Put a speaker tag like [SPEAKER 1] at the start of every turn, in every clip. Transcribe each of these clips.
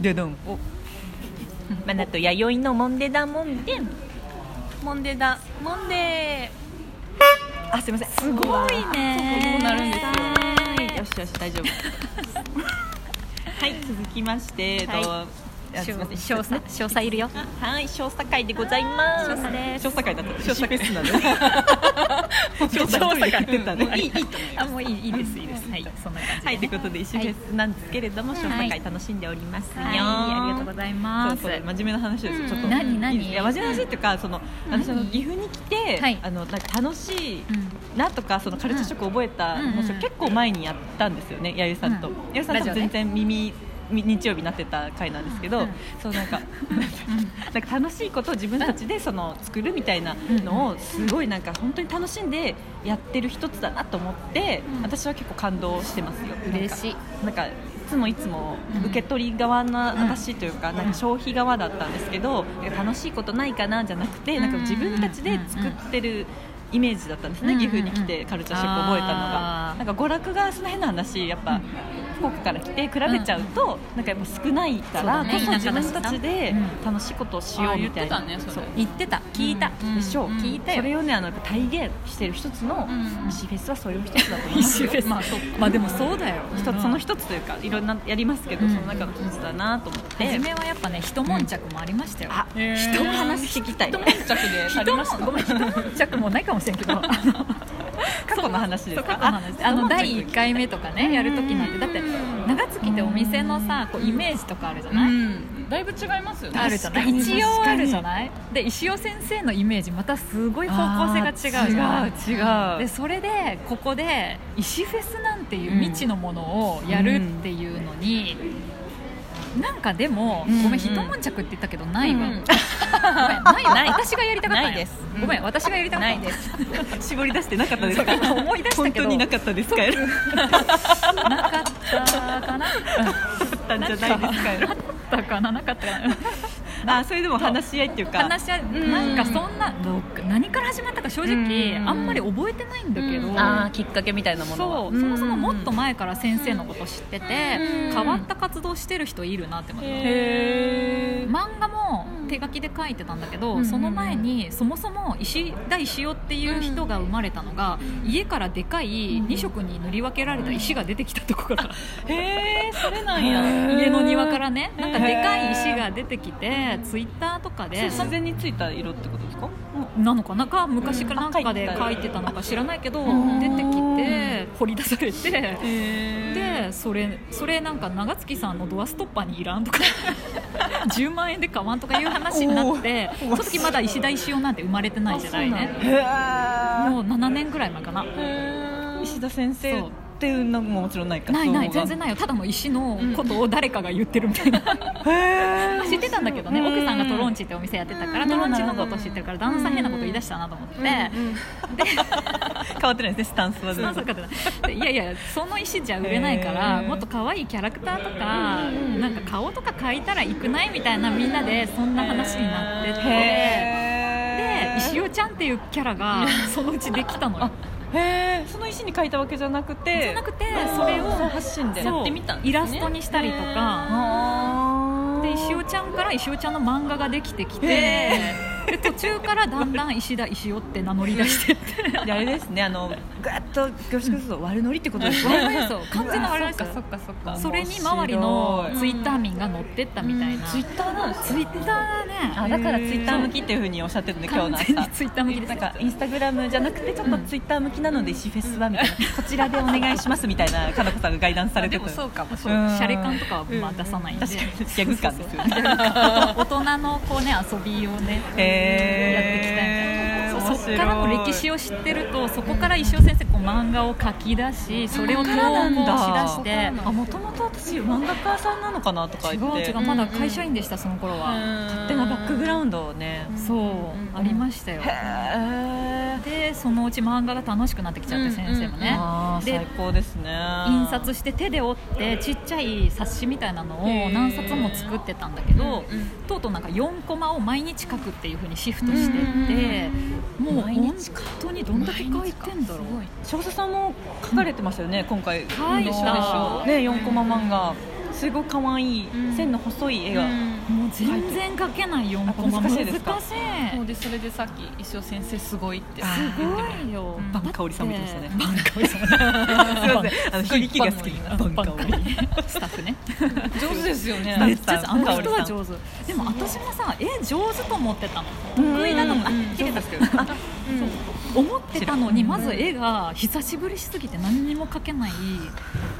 [SPEAKER 1] でどんお
[SPEAKER 2] マナと弥生のモンデダモンデンモンデダモンデ
[SPEAKER 1] あすいませんす
[SPEAKER 2] すごい
[SPEAKER 1] こ
[SPEAKER 2] ね
[SPEAKER 1] うなるんですよ
[SPEAKER 2] はい
[SPEAKER 1] よしよし大丈夫はい続きまして、
[SPEAKER 2] はい
[SPEAKER 1] とあすいません
[SPEAKER 2] 詳細詳細いるよ
[SPEAKER 1] はい、少佐会でございます。
[SPEAKER 2] 少佐です
[SPEAKER 1] 少佐会だった。少佐会なんで。 少佐会言ってたね。
[SPEAKER 2] いいいいあもういいいいですいいですはいそんな感じで、ね、
[SPEAKER 1] はい、ということで、石フェスなんですけれども、
[SPEAKER 2] はい
[SPEAKER 1] 少佐会楽しんでおりますよ。
[SPEAKER 2] はいありがとうございます
[SPEAKER 1] そうそう真面目な話ですよ。ちょっと。
[SPEAKER 2] うん何何
[SPEAKER 1] いいですいや、真面目な話っていうか、その、私あの岐阜に来て
[SPEAKER 2] はい、
[SPEAKER 1] あの、なんか楽しい。
[SPEAKER 2] うん
[SPEAKER 1] なとかそのカルチャーショックを覚えた
[SPEAKER 2] うん
[SPEAKER 1] 話を
[SPEAKER 2] うん
[SPEAKER 1] 結構前にやったんですよね、やゆさんと
[SPEAKER 2] うん。
[SPEAKER 1] やゆさん
[SPEAKER 2] ラジ
[SPEAKER 1] と
[SPEAKER 2] オね
[SPEAKER 1] 全然耳み日曜日になってた回なんですけど、
[SPEAKER 2] うん
[SPEAKER 1] そうなんか なんか楽しいことを自分たちでその作るみたいなのをすごいなんか本当に楽しんでやってる一つだなと思って、
[SPEAKER 2] うん
[SPEAKER 1] 私は結構感動してますよ。
[SPEAKER 2] 嬉しい
[SPEAKER 1] なんかなんかいつもいつも
[SPEAKER 2] うん
[SPEAKER 1] 受け取り側の
[SPEAKER 2] ん
[SPEAKER 1] 私というか,、なんか消費側だったんですけどなんか楽しいことないかなじゃなくてなんか自分たちで作ってるイメージだったんです
[SPEAKER 2] う
[SPEAKER 1] ね
[SPEAKER 2] ん
[SPEAKER 1] 岐阜に来てカルチャーショックを覚えたのが
[SPEAKER 2] あー
[SPEAKER 1] なんか娯楽がその変な話やっ
[SPEAKER 2] う
[SPEAKER 1] ぱ
[SPEAKER 2] ん
[SPEAKER 1] 福岡から来て比べちゃうとなんかやっぱ少ないからこそ
[SPEAKER 2] そ
[SPEAKER 1] う
[SPEAKER 2] だね
[SPEAKER 1] 自分たちで楽しいことをしようみたいな
[SPEAKER 3] うんあ言ってたねそれ
[SPEAKER 1] そう
[SPEAKER 2] 言ってた聞いた、
[SPEAKER 3] うん
[SPEAKER 1] でしょう
[SPEAKER 3] 聞いたよ
[SPEAKER 1] それをねあのやっぱ体現してる一つの
[SPEAKER 3] うん
[SPEAKER 1] 西フェスはそれの一つだと思いますよ
[SPEAKER 2] まあそっかまあでもそうだよ
[SPEAKER 1] 一つその一つというかいろんなやりますけど、
[SPEAKER 2] うん
[SPEAKER 1] その中の一つだなと思って
[SPEAKER 2] 初めはやっぱね一悶着もありましたよ、
[SPEAKER 1] あ
[SPEAKER 3] へー
[SPEAKER 1] 人の話聞きたい
[SPEAKER 3] 一悶着で足りました
[SPEAKER 2] 一悶ごめん一悶着もないかもしれんけどあの
[SPEAKER 1] 過去の話です
[SPEAKER 2] 過去
[SPEAKER 1] か
[SPEAKER 2] の話あの第1回目とかねやるときなんてだって長月ってお店のさこうイメージとかあるじゃない、
[SPEAKER 3] うん、だいぶ違いますよね
[SPEAKER 2] あるじゃない
[SPEAKER 1] 確かに
[SPEAKER 2] 一応あるじゃないで石尾先生のイメージまたすごい方向性が違うじゃない
[SPEAKER 1] 違う違う
[SPEAKER 2] でそれでここで石フェスなんていう未知のものをやるっていうのに、なんかでも、
[SPEAKER 1] うん
[SPEAKER 2] ごめん一悶着って言ったけどないわ、
[SPEAKER 3] うん
[SPEAKER 2] ごめんないわ
[SPEAKER 1] ない
[SPEAKER 2] 私がやりたかったんや
[SPEAKER 1] ないです
[SPEAKER 2] ごめん私がやりたかったんや
[SPEAKER 1] ない絞り出してなかったですか
[SPEAKER 2] そう思い出したけど
[SPEAKER 1] 本当になかったですかや
[SPEAKER 2] なかったかな
[SPEAKER 1] ったんじゃないですか や
[SPEAKER 2] あったかななかったかな
[SPEAKER 1] あそれでも話し合いっていうか
[SPEAKER 2] 話し合い
[SPEAKER 1] ん
[SPEAKER 2] なんかそんなどっか何から始まったか正直
[SPEAKER 1] うん
[SPEAKER 2] あんまり覚えてないんだけど、
[SPEAKER 3] うん
[SPEAKER 1] あーきっかけみたいなものは
[SPEAKER 2] そうそもそももっと前から先生のこと知ってて
[SPEAKER 3] うん
[SPEAKER 2] 変わった活動してる人いるなって思って
[SPEAKER 3] へー
[SPEAKER 2] 漫画も手書きで書いてたんだけど、
[SPEAKER 1] うん
[SPEAKER 2] その前にそもそも石田石尾っていう人が生まれたのが、家からでかい2色に塗り分けられた石が出てきたとこから、
[SPEAKER 3] へえそれなんや
[SPEAKER 2] 家の庭からねなんかでかい石
[SPEAKER 1] へ
[SPEAKER 2] が出てきてツイッターとか
[SPEAKER 1] そ
[SPEAKER 2] で
[SPEAKER 1] れ自然についた色ってことですか
[SPEAKER 2] なのかなか昔からなんかで
[SPEAKER 1] うん
[SPEAKER 2] 書いてたのか知らないけど
[SPEAKER 1] うん
[SPEAKER 2] 出てきて掘り出されて。
[SPEAKER 1] へ
[SPEAKER 2] でそれそれなんか長月さんのドアストッパーにいらんとか 10万円で買わんとかいう話にな ってその時まだ石田石雄なんて生まれてない時代ね
[SPEAKER 1] え
[SPEAKER 2] もう7年ぐらい前かな
[SPEAKER 1] 石田先生
[SPEAKER 2] そう
[SPEAKER 1] っていうのももちろんないか
[SPEAKER 2] ないない
[SPEAKER 1] そう
[SPEAKER 2] 全然ないよただの石のことを誰かが言ってるみ たいな
[SPEAKER 1] へー
[SPEAKER 2] 知ってたんだけどね
[SPEAKER 1] うん
[SPEAKER 2] 奥さんがトロンチってお店やってたか
[SPEAKER 1] う
[SPEAKER 2] ら
[SPEAKER 1] ん
[SPEAKER 2] トロンチのことを知ってるから旦那さん変なこと言い出したなと思って
[SPEAKER 1] 変わってないですねスタンスは
[SPEAKER 2] そうそうかでいやいやその石じゃ売れないから、
[SPEAKER 1] へー
[SPEAKER 2] もっと可愛いキャラクターとか、なんか顔とか描いたらいくないみたいなみんなでそんな話になってて、
[SPEAKER 1] へ
[SPEAKER 2] で
[SPEAKER 1] ー
[SPEAKER 2] 石尾ちゃんっていうキャラがそのうちできたのよ
[SPEAKER 1] へえその石に書いたわけじゃなくて
[SPEAKER 2] じゃなくてそれを
[SPEAKER 1] 発信で
[SPEAKER 2] そう
[SPEAKER 3] ってみたんですね
[SPEAKER 2] イラストにしたりとか、
[SPEAKER 1] あ
[SPEAKER 2] で石尾ちゃんから石尾ちゃんの漫画ができてきてで途中からだんだん石田石尾って名乗り出してって
[SPEAKER 1] であれですねあのぐっと凝縮すると悪ノリってことですね
[SPEAKER 2] そう完全な悪いですよ
[SPEAKER 3] っかそっか
[SPEAKER 2] それに周りの
[SPEAKER 1] 面
[SPEAKER 2] ツ
[SPEAKER 1] 白
[SPEAKER 2] イ
[SPEAKER 1] い
[SPEAKER 2] ッター民が乗ってったみたいな、
[SPEAKER 1] ツイッターなんです
[SPEAKER 2] ツイッターが
[SPEAKER 1] あ
[SPEAKER 2] ね
[SPEAKER 1] だからツイッター向きっていうふうにおっしゃってるね今日の
[SPEAKER 2] 完全に
[SPEAKER 1] 朝
[SPEAKER 2] ツイッター向きです
[SPEAKER 1] な
[SPEAKER 2] よ
[SPEAKER 1] んかインスタグラムじゃなくてちょっとツイッター向きなので石フェスはみたいなこちらでお願いしますみたいなかなこさんがガイダンスされて
[SPEAKER 3] で
[SPEAKER 1] た
[SPEAKER 3] もそうかもし
[SPEAKER 2] そう
[SPEAKER 1] うん
[SPEAKER 2] シャレ感とかはまあ出さないんで、
[SPEAKER 1] 確かにギャグ感ですよね
[SPEAKER 2] 大人のこうね遊びをね
[SPEAKER 1] へー
[SPEAKER 2] やってきたいなそう
[SPEAKER 1] 面白い
[SPEAKER 2] そっからの歴史を知ってるとそこから石尾先生こう漫画を描き出しそれを投稿しだして
[SPEAKER 1] あもともと私漫画家さんなのかなとか
[SPEAKER 2] 違
[SPEAKER 1] 言っ
[SPEAKER 2] う
[SPEAKER 1] て
[SPEAKER 2] 違うまだ会社員でしたその頃は、
[SPEAKER 1] でもバックグラウンドをね
[SPEAKER 2] そう、
[SPEAKER 3] ん
[SPEAKER 2] ありましたよ
[SPEAKER 1] へえ
[SPEAKER 2] でそのうち漫画が楽しくなってきちゃって、
[SPEAKER 3] うん
[SPEAKER 2] 先生もね、
[SPEAKER 1] あー
[SPEAKER 2] で
[SPEAKER 1] 最高ですね
[SPEAKER 2] 印刷して手で折ってちっちゃい冊子みたいなの
[SPEAKER 3] へ
[SPEAKER 2] を
[SPEAKER 3] ー
[SPEAKER 2] 何冊も作ってたんだけど、
[SPEAKER 3] うんうん
[SPEAKER 2] とうとうなんか4コマを毎日書くっていうふうにシフトしてって、もう
[SPEAKER 1] 毎
[SPEAKER 2] 本
[SPEAKER 1] 日
[SPEAKER 2] 当にどんだけ書いてんだろう
[SPEAKER 1] 少佐さんも書かれてましたよね今回
[SPEAKER 2] 書いた
[SPEAKER 1] ね4コマ漫画すごい可愛い、
[SPEAKER 3] うん
[SPEAKER 1] 線の細い絵が、
[SPEAKER 2] もう全然書けない4コマ
[SPEAKER 1] 難しいですか
[SPEAKER 2] 難しい
[SPEAKER 3] そうでそれでさっき一生先生すごいって
[SPEAKER 1] あー
[SPEAKER 3] 言って
[SPEAKER 2] すごいよ、
[SPEAKER 3] うん
[SPEAKER 1] バンカオリさんも言ってましたね
[SPEAKER 2] バンカオリさんすい
[SPEAKER 1] すいませんあの響きが好きなバンカオリ
[SPEAKER 2] スタッ フね
[SPEAKER 3] た上手ですよ
[SPEAKER 1] バ
[SPEAKER 2] めっ
[SPEAKER 1] ン
[SPEAKER 3] ね
[SPEAKER 2] ち
[SPEAKER 1] カオリ
[SPEAKER 2] ゃ
[SPEAKER 1] さ
[SPEAKER 2] あ
[SPEAKER 1] ん
[SPEAKER 2] の人は上手でも私もさ絵上手と思ってたの
[SPEAKER 1] うん
[SPEAKER 2] 得意なのもあ
[SPEAKER 3] うん
[SPEAKER 2] 綺麗だけど
[SPEAKER 3] うん
[SPEAKER 2] 思ってたのにまず絵が久しぶりしすぎて何にも描けない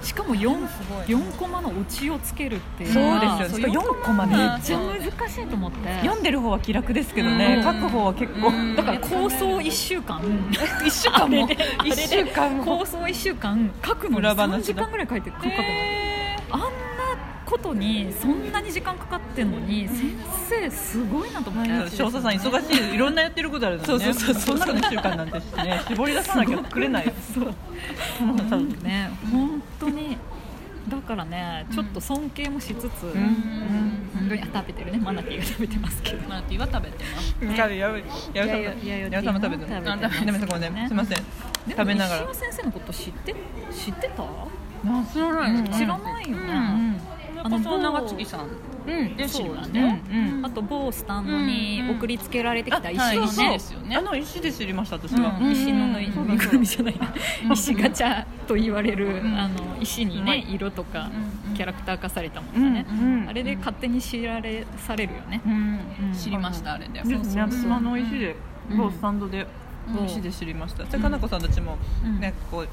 [SPEAKER 2] しかも 4,
[SPEAKER 3] すごい
[SPEAKER 2] 4コマのオチをつけるっていう
[SPEAKER 1] そう
[SPEAKER 2] の
[SPEAKER 1] で
[SPEAKER 2] が
[SPEAKER 1] すよね
[SPEAKER 2] そう
[SPEAKER 1] 4コマ
[SPEAKER 2] め
[SPEAKER 1] で
[SPEAKER 2] っ
[SPEAKER 3] うん
[SPEAKER 2] ちゃ難しいと思って
[SPEAKER 1] 読んでる方は気楽ですけどね、
[SPEAKER 2] うん
[SPEAKER 1] 書く方は結構、
[SPEAKER 3] うん
[SPEAKER 1] だから
[SPEAKER 2] だから構想1週間1週
[SPEAKER 1] 間も
[SPEAKER 2] 1
[SPEAKER 1] 1週間も
[SPEAKER 2] 構想1週間書くのに
[SPEAKER 1] 裏話
[SPEAKER 2] 3
[SPEAKER 1] だ
[SPEAKER 2] 時間ぐらい書いて書かない、
[SPEAKER 3] え
[SPEAKER 2] あんなことにそんなに時間かかってんのに、先生すごいなと思って、
[SPEAKER 1] 少佐さん忙しいいろんなやってることあるのにね
[SPEAKER 3] そうそうそう
[SPEAKER 1] そんなの1週間なんてしてね絞り出さなきゃくれないそうもう多分
[SPEAKER 2] ね本当にだからねちょっと尊敬もしつつ、
[SPEAKER 1] ん
[SPEAKER 3] うん
[SPEAKER 2] 本当にあ食べてるねマナティーが食べてますけど
[SPEAKER 3] マナティーは食べてます
[SPEAKER 1] やべやべやべやべやべさんも食べてる
[SPEAKER 2] や
[SPEAKER 1] や
[SPEAKER 2] べ
[SPEAKER 1] べ
[SPEAKER 2] さ
[SPEAKER 1] さ
[SPEAKER 2] ん
[SPEAKER 1] ん
[SPEAKER 2] も食べてる
[SPEAKER 1] ごめんねすいません
[SPEAKER 2] でも
[SPEAKER 1] 食べながら
[SPEAKER 2] 石尾先生のこと知って知ってた、
[SPEAKER 3] 知ら
[SPEAKER 1] ないです
[SPEAKER 2] 知らないよね、
[SPEAKER 3] あの長月さん
[SPEAKER 1] うん
[SPEAKER 3] で知
[SPEAKER 2] そ
[SPEAKER 3] り
[SPEAKER 2] う
[SPEAKER 3] ま
[SPEAKER 2] だ
[SPEAKER 3] す
[SPEAKER 2] ね
[SPEAKER 3] ね、
[SPEAKER 1] うん
[SPEAKER 2] あと某スタンドに
[SPEAKER 3] うんうん
[SPEAKER 2] 送りつけられてきた石
[SPEAKER 3] あはい
[SPEAKER 2] の
[SPEAKER 3] 石
[SPEAKER 2] ね、
[SPEAKER 3] ですよね
[SPEAKER 1] あの石で知りました私は、
[SPEAKER 3] うん
[SPEAKER 1] うん
[SPEAKER 2] 石のぬい
[SPEAKER 1] そう
[SPEAKER 2] ぬい
[SPEAKER 1] だ
[SPEAKER 2] ぐるみじゃないな石ガチャと言われる、
[SPEAKER 3] うん
[SPEAKER 2] あの石にね、
[SPEAKER 3] う
[SPEAKER 2] 色とか
[SPEAKER 3] うん
[SPEAKER 2] キャラクター化されたも
[SPEAKER 1] うん
[SPEAKER 2] のね、
[SPEAKER 1] うん
[SPEAKER 2] あれで勝手に知られされるよね、
[SPEAKER 1] うん
[SPEAKER 3] 知りましたあれで
[SPEAKER 1] ですね、
[SPEAKER 3] そうそう
[SPEAKER 1] あの石で、
[SPEAKER 2] うん
[SPEAKER 1] 某スタンドで、
[SPEAKER 2] うん
[SPEAKER 1] 某石で知りました。それかなこさんたちも、
[SPEAKER 2] うん
[SPEAKER 1] なんかこう。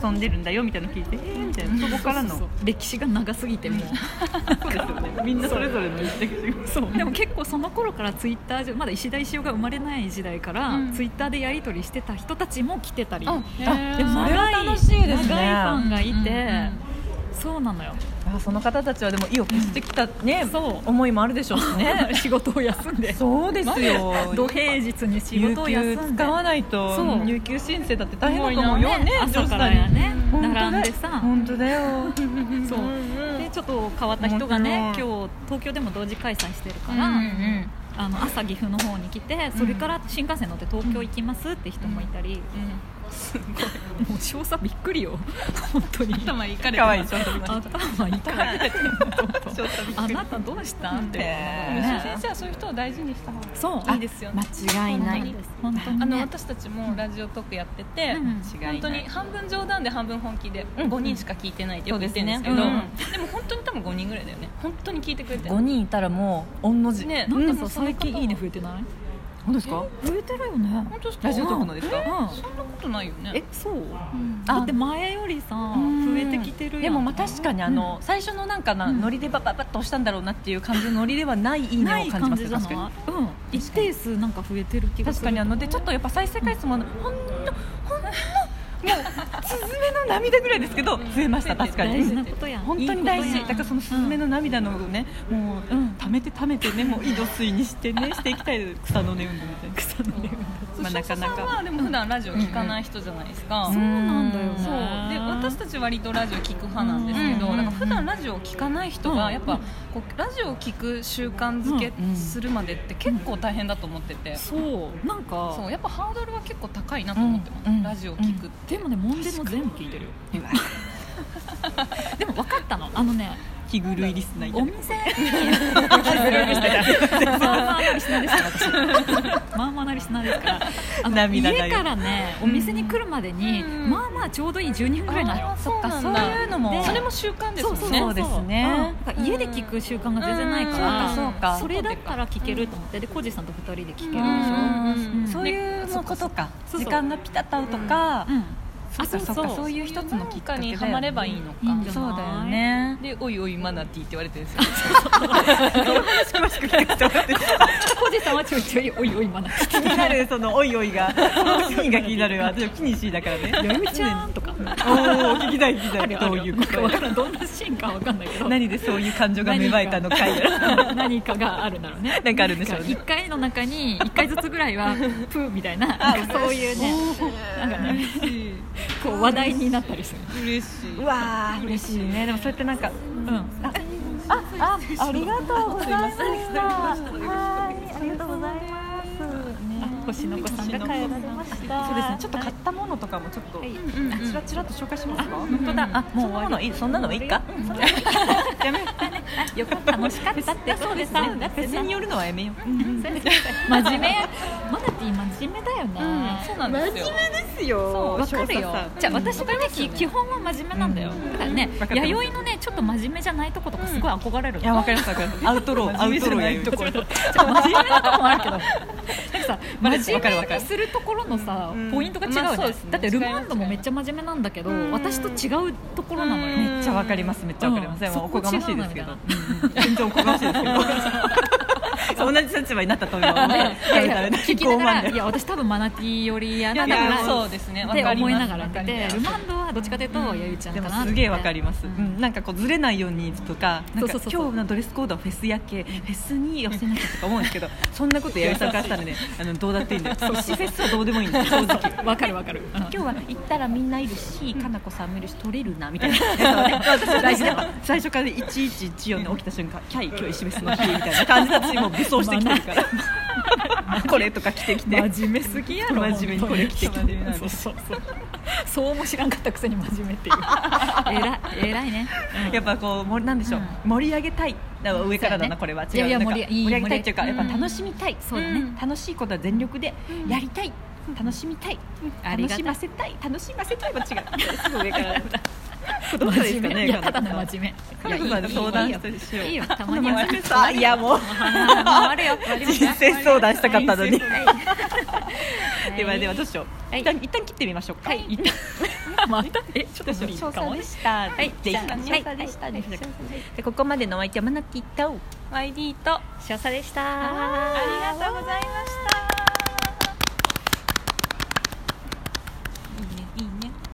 [SPEAKER 1] 遊んでるんだよみたいなの聞いて、えーみたいな、そこからの。
[SPEAKER 2] そうそうそう歴史が長すぎてもう
[SPEAKER 1] そうですよねみんなそれぞれの歴史が。
[SPEAKER 2] そうでも結構その頃からツイッター上まだ石田石尾が生まれない時代から、
[SPEAKER 3] うん
[SPEAKER 2] ツイッターでやり取りしてた人たちも来てたり
[SPEAKER 3] あへー
[SPEAKER 2] でも
[SPEAKER 1] それは楽しいですね
[SPEAKER 2] 長いファンがいて、
[SPEAKER 3] うんうんうん
[SPEAKER 2] そうなのよ
[SPEAKER 1] あ、その方たちはでも意を決してきたね、
[SPEAKER 2] そう
[SPEAKER 1] 思いもあるでしょうしね。
[SPEAKER 2] 仕事を休ん で
[SPEAKER 1] そうですよ。
[SPEAKER 2] 土平日に仕
[SPEAKER 1] 有
[SPEAKER 2] 事を休
[SPEAKER 1] 給
[SPEAKER 2] んで
[SPEAKER 1] 使わないと
[SPEAKER 2] そう
[SPEAKER 1] 入給申請だって大変だと思うよね、
[SPEAKER 2] 朝
[SPEAKER 1] 上司
[SPEAKER 2] か
[SPEAKER 1] さ
[SPEAKER 2] ら
[SPEAKER 1] ん
[SPEAKER 2] や
[SPEAKER 1] に。
[SPEAKER 2] ね
[SPEAKER 1] 本当だ
[SPEAKER 2] 並んでさ
[SPEAKER 1] 本当だよ。
[SPEAKER 2] そう
[SPEAKER 1] うんうん
[SPEAKER 2] でちょっと変わった人がね
[SPEAKER 1] 面白
[SPEAKER 2] 今日東京でも同時開催してるから、
[SPEAKER 3] うんうん
[SPEAKER 2] あの朝岐阜の方に来てそれから新幹線乗って東京行きますって人もいたり、もう少佐びっくりよ本当に
[SPEAKER 3] 頭いかれて
[SPEAKER 1] 可愛い
[SPEAKER 3] ま
[SPEAKER 1] い
[SPEAKER 3] す
[SPEAKER 1] 上司さん。
[SPEAKER 2] 頭いかれてる
[SPEAKER 1] 上司さんびっ
[SPEAKER 2] あ
[SPEAKER 1] くり
[SPEAKER 2] なたどうしたっていう
[SPEAKER 1] ね
[SPEAKER 2] ね
[SPEAKER 3] 先生はそういう人を大事にした方が
[SPEAKER 2] そう
[SPEAKER 3] いいですよね
[SPEAKER 1] 間違いない。
[SPEAKER 2] 本当
[SPEAKER 3] あ
[SPEAKER 2] に
[SPEAKER 3] の
[SPEAKER 2] ね
[SPEAKER 3] 私たちもラジオトークやってて、
[SPEAKER 2] うん
[SPEAKER 1] 違いない
[SPEAKER 3] 本当に半分冗談で半分本気で
[SPEAKER 1] うん
[SPEAKER 3] 5人しか聞いてないってよく言ってるんですけど、
[SPEAKER 1] そう
[SPEAKER 3] で
[SPEAKER 1] ですね
[SPEAKER 3] も本当に多分5人ぐらいだよね本当に聞いてくれてる
[SPEAKER 1] 五人いたらもう御の字。
[SPEAKER 3] ね
[SPEAKER 2] なんかさ、
[SPEAKER 3] うん
[SPEAKER 2] 最近いいね増えてない
[SPEAKER 1] 本当ですか？
[SPEAKER 2] 増えてるよね
[SPEAKER 3] 本当ですか
[SPEAKER 1] ラジオトークのですか？
[SPEAKER 3] そんなことないよね
[SPEAKER 2] えそう、
[SPEAKER 3] うん
[SPEAKER 2] だって前よりさ
[SPEAKER 1] うん
[SPEAKER 2] 増えてきてるやん
[SPEAKER 1] でもまあ確かにあの、最初のなんかな、
[SPEAKER 2] うん
[SPEAKER 1] ノリでバババッと押したんだろうなっていう感じのノリではないいい
[SPEAKER 2] な
[SPEAKER 1] ねを
[SPEAKER 2] い
[SPEAKER 1] 感じ
[SPEAKER 2] 感
[SPEAKER 1] ま
[SPEAKER 2] じ
[SPEAKER 1] す
[SPEAKER 2] じゃ
[SPEAKER 1] 確
[SPEAKER 2] ない
[SPEAKER 1] かに
[SPEAKER 2] うん、一定数なんか増えてる気がす
[SPEAKER 1] 確か
[SPEAKER 2] る
[SPEAKER 1] にあのでちょっとやっぱ再生回数もほんのほんのもう スズメの涙ぐらいですけど増えました確か
[SPEAKER 2] 大事
[SPEAKER 1] に
[SPEAKER 2] なことやん
[SPEAKER 1] 本当に大事
[SPEAKER 2] いいことやん
[SPEAKER 1] だからそのスズメの涙のね、もう、
[SPEAKER 2] うん
[SPEAKER 1] 溜めて溜めてねもう井戸水にして ねしていきたい草の根運動みたいな
[SPEAKER 2] 草の根
[SPEAKER 1] まあなかな
[SPEAKER 3] 翔さん
[SPEAKER 1] か
[SPEAKER 3] はでも普段ラジオ聞かない人じゃないですか、
[SPEAKER 2] そうなんだよね
[SPEAKER 1] うん
[SPEAKER 3] そうで私たち割とラジオ聞く派なんですけど、
[SPEAKER 1] うん
[SPEAKER 3] なんか普段ラジオを聞かない人
[SPEAKER 2] う
[SPEAKER 3] が
[SPEAKER 2] ん
[SPEAKER 3] やっぱこうラジオを聞く習慣づけ
[SPEAKER 1] うん
[SPEAKER 3] するまでって結構大変だと思ってて、
[SPEAKER 2] そうなんか
[SPEAKER 3] そうやっぱハードルは結構高いなと思ってます、
[SPEAKER 1] うんうん
[SPEAKER 3] ラジオを聞くって、
[SPEAKER 2] でもねもんでも全部聞い てるよ でも分かったのあのね
[SPEAKER 1] 気狂いリスナーいた
[SPEAKER 2] お
[SPEAKER 1] り
[SPEAKER 2] 店まあまあなリスナーですから私まあまあなリスナーですからあの
[SPEAKER 1] 涙がよ
[SPEAKER 2] 家からねお店に来るまでに、
[SPEAKER 3] うん
[SPEAKER 2] まあまあちょうどいい12分ぐらいなのよ
[SPEAKER 3] あーそっか
[SPEAKER 1] そう
[SPEAKER 3] そうい
[SPEAKER 1] いううの
[SPEAKER 2] で
[SPEAKER 1] も
[SPEAKER 3] それも習慣ですもんね
[SPEAKER 1] そうですね
[SPEAKER 2] うんだから家で聞く習慣が全然ないか
[SPEAKER 1] う
[SPEAKER 2] ら
[SPEAKER 1] んそうかそうか
[SPEAKER 2] それだったら聞けると思ってでコージさんと2人で聞けるでしょ、
[SPEAKER 3] うんうん
[SPEAKER 1] そういうもうことか
[SPEAKER 2] そうそ
[SPEAKER 1] 時
[SPEAKER 2] う
[SPEAKER 1] 間がピタッと合うとか、
[SPEAKER 2] うん
[SPEAKER 1] そうかそうかそういう一つのきっ
[SPEAKER 3] 結
[SPEAKER 1] か
[SPEAKER 3] 果
[SPEAKER 1] けだよね
[SPEAKER 3] にはまればいいのか、
[SPEAKER 2] いいんじゃ
[SPEAKER 1] そうだよ ね
[SPEAKER 3] で「おいおいマナティー」って言われてるんですよ
[SPEAKER 1] 詳しく聞かせてもらって
[SPEAKER 2] コージさんはちょいちょいおいおいまな
[SPEAKER 1] 気になるそのおいおいがそのシー ンが気になる私は気にしいだから ね
[SPEAKER 2] よゆちゃんとか
[SPEAKER 1] おお聞きたい聞きたいどういうこ
[SPEAKER 2] か
[SPEAKER 1] と
[SPEAKER 2] わからんどんなシーンかわかんないけど
[SPEAKER 1] 何でそういう感情が芽生えたのか い
[SPEAKER 2] 何かがあるんだろうね
[SPEAKER 1] なんかあるんでしょうね
[SPEAKER 2] 1回の中に1回ずつぐら いはプーみたいななんかそういうねなんかねこう話題になったりする
[SPEAKER 3] 嬉しいう
[SPEAKER 1] わー嬉しいねでもそうやってなんか
[SPEAKER 2] うん
[SPEAKER 1] ああありがとうございましたはいありがとうございますね
[SPEAKER 2] 星の子さんが帰られました
[SPEAKER 1] そうですね。ちょっと買ったものとかもちょっと、
[SPEAKER 2] はい
[SPEAKER 3] うんうん
[SPEAKER 1] ちらちらっと紹介しますか。
[SPEAKER 3] 本当だあもう終わり
[SPEAKER 1] いいそんなのはいいか。うんそんなのいいかやめよう。よかった
[SPEAKER 2] 楽しかっ たってそうです
[SPEAKER 1] だって人によるのはやめよう。うんうん
[SPEAKER 2] そうです真面目やマナティー真面目だよね、
[SPEAKER 3] そうなんですよ
[SPEAKER 1] ですよ
[SPEAKER 2] そうわかる
[SPEAKER 1] 少
[SPEAKER 2] よ
[SPEAKER 1] 佐さん
[SPEAKER 2] じ
[SPEAKER 1] う
[SPEAKER 2] ゃあ
[SPEAKER 1] ん
[SPEAKER 2] 私がねき基本は真面目なんだよ、だからね
[SPEAKER 1] わかってます
[SPEAKER 2] 弥生のねちょっと真面目じゃないとことかすごい憧れるの、
[SPEAKER 1] いやわかりますわかります。アウトローアウトローやるとこ ろ。
[SPEAKER 2] 真面目なとこもあるけどなんかさ
[SPEAKER 1] バレて
[SPEAKER 2] 真
[SPEAKER 1] るわかる
[SPEAKER 2] 面
[SPEAKER 1] わか
[SPEAKER 2] 目に
[SPEAKER 1] る
[SPEAKER 2] するところのさ、
[SPEAKER 1] うん
[SPEAKER 2] ポイントが違うよね,、
[SPEAKER 3] まあそうですね
[SPEAKER 2] だってルマンドもめっちゃ真面目なんだけど、
[SPEAKER 1] うん
[SPEAKER 2] 私と違うところなのよ、
[SPEAKER 1] めっちゃわかりますめっちゃわかります。
[SPEAKER 2] うん
[SPEAKER 1] もうおこがましいですけど
[SPEAKER 2] そこ。
[SPEAKER 1] 全然おこがましいですけど。そう同じ立場になったと思うので。
[SPEAKER 2] いやいや
[SPEAKER 1] ダメダメ
[SPEAKER 2] 聞きながら
[SPEAKER 1] 傲慢
[SPEAKER 2] いや私多分マナティーよりや
[SPEAKER 3] い
[SPEAKER 2] な
[SPEAKER 3] や
[SPEAKER 2] だから
[SPEAKER 3] でもそうですね
[SPEAKER 2] って
[SPEAKER 3] わかりま
[SPEAKER 2] 思
[SPEAKER 3] す
[SPEAKER 2] いながら見て
[SPEAKER 3] わか
[SPEAKER 2] て
[SPEAKER 3] ります
[SPEAKER 2] ルマンドはどっちかというと弥生ちゃん
[SPEAKER 1] で
[SPEAKER 2] か
[SPEAKER 1] も
[SPEAKER 2] なって
[SPEAKER 1] すげえわかります、
[SPEAKER 2] う
[SPEAKER 1] うんん なんかこうずれないようにとかなんか
[SPEAKER 2] そうそうそうそう
[SPEAKER 1] 今日のドレスコードはフェスやけフェスに寄せなきゃとか思うんですけど そんなことやりさんからしたらねあのどうだっていいんだよそうしフェスはどうでもいいんです正直
[SPEAKER 2] わかるわかる、うん
[SPEAKER 1] 今日は行ったらみんないるし、かなこさんもいるし、取れるなみたいな、私は大事だから、最初から1114ね、起きた瞬 間、キャイ、今日石フェスの日みたいな感じだし、もう武装してきてるから、 これとか着てきて、
[SPEAKER 2] 真面目すぎやろ
[SPEAKER 1] 真面目にこれ着てきてるなん
[SPEAKER 2] そ
[SPEAKER 1] て
[SPEAKER 2] うそうそうそうも知らんかったくせに真面目っ ていうえらいえらいね、うん
[SPEAKER 1] やっぱこうもなんでしょう、
[SPEAKER 2] う
[SPEAKER 1] 盛り上げたいだから上からだな、
[SPEAKER 2] そ
[SPEAKER 1] こ
[SPEAKER 2] う
[SPEAKER 1] れ
[SPEAKER 2] や
[SPEAKER 1] は
[SPEAKER 2] ね
[SPEAKER 1] 違う
[SPEAKER 2] いやいや
[SPEAKER 1] なんか
[SPEAKER 2] 盛りいい
[SPEAKER 1] 盛り上げたいっていうか
[SPEAKER 2] 盛り
[SPEAKER 1] や
[SPEAKER 2] 上
[SPEAKER 1] っ
[SPEAKER 2] げ
[SPEAKER 1] ぱ楽しみたい、
[SPEAKER 2] そうだね
[SPEAKER 1] ん楽しいことは全力で
[SPEAKER 2] うん
[SPEAKER 1] やりたい、楽しみたい、
[SPEAKER 2] あり
[SPEAKER 1] 楽
[SPEAKER 2] がた
[SPEAKER 1] し
[SPEAKER 2] い
[SPEAKER 1] ませたい楽しませたいは違うすぐ上からだどうですか
[SPEAKER 2] 真面目
[SPEAKER 1] ね
[SPEAKER 2] いやただ
[SPEAKER 1] かな
[SPEAKER 2] の
[SPEAKER 1] こ
[SPEAKER 2] 真面目
[SPEAKER 1] さん
[SPEAKER 2] いやいい
[SPEAKER 1] かなこさんと相談
[SPEAKER 2] いい
[SPEAKER 1] し
[SPEAKER 2] よ
[SPEAKER 1] てしよう
[SPEAKER 2] いいよたま
[SPEAKER 1] この
[SPEAKER 2] には
[SPEAKER 1] 真面目さいやもう
[SPEAKER 2] 回るよ回りますよ
[SPEAKER 1] 人生相談したかったのに
[SPEAKER 2] はい
[SPEAKER 1] ではではどうしよう、
[SPEAKER 2] はい
[SPEAKER 1] 一旦一旦切ってみましょうか、
[SPEAKER 2] はい
[SPEAKER 1] 一旦
[SPEAKER 2] またえちょ っと無理かもね
[SPEAKER 1] したは
[SPEAKER 2] はい
[SPEAKER 1] ぜひ
[SPEAKER 2] じゃあ
[SPEAKER 1] 少佐でしたねでここまでのお相手はマナティと
[SPEAKER 3] YD と
[SPEAKER 2] 少佐でした
[SPEAKER 3] ありがとうございました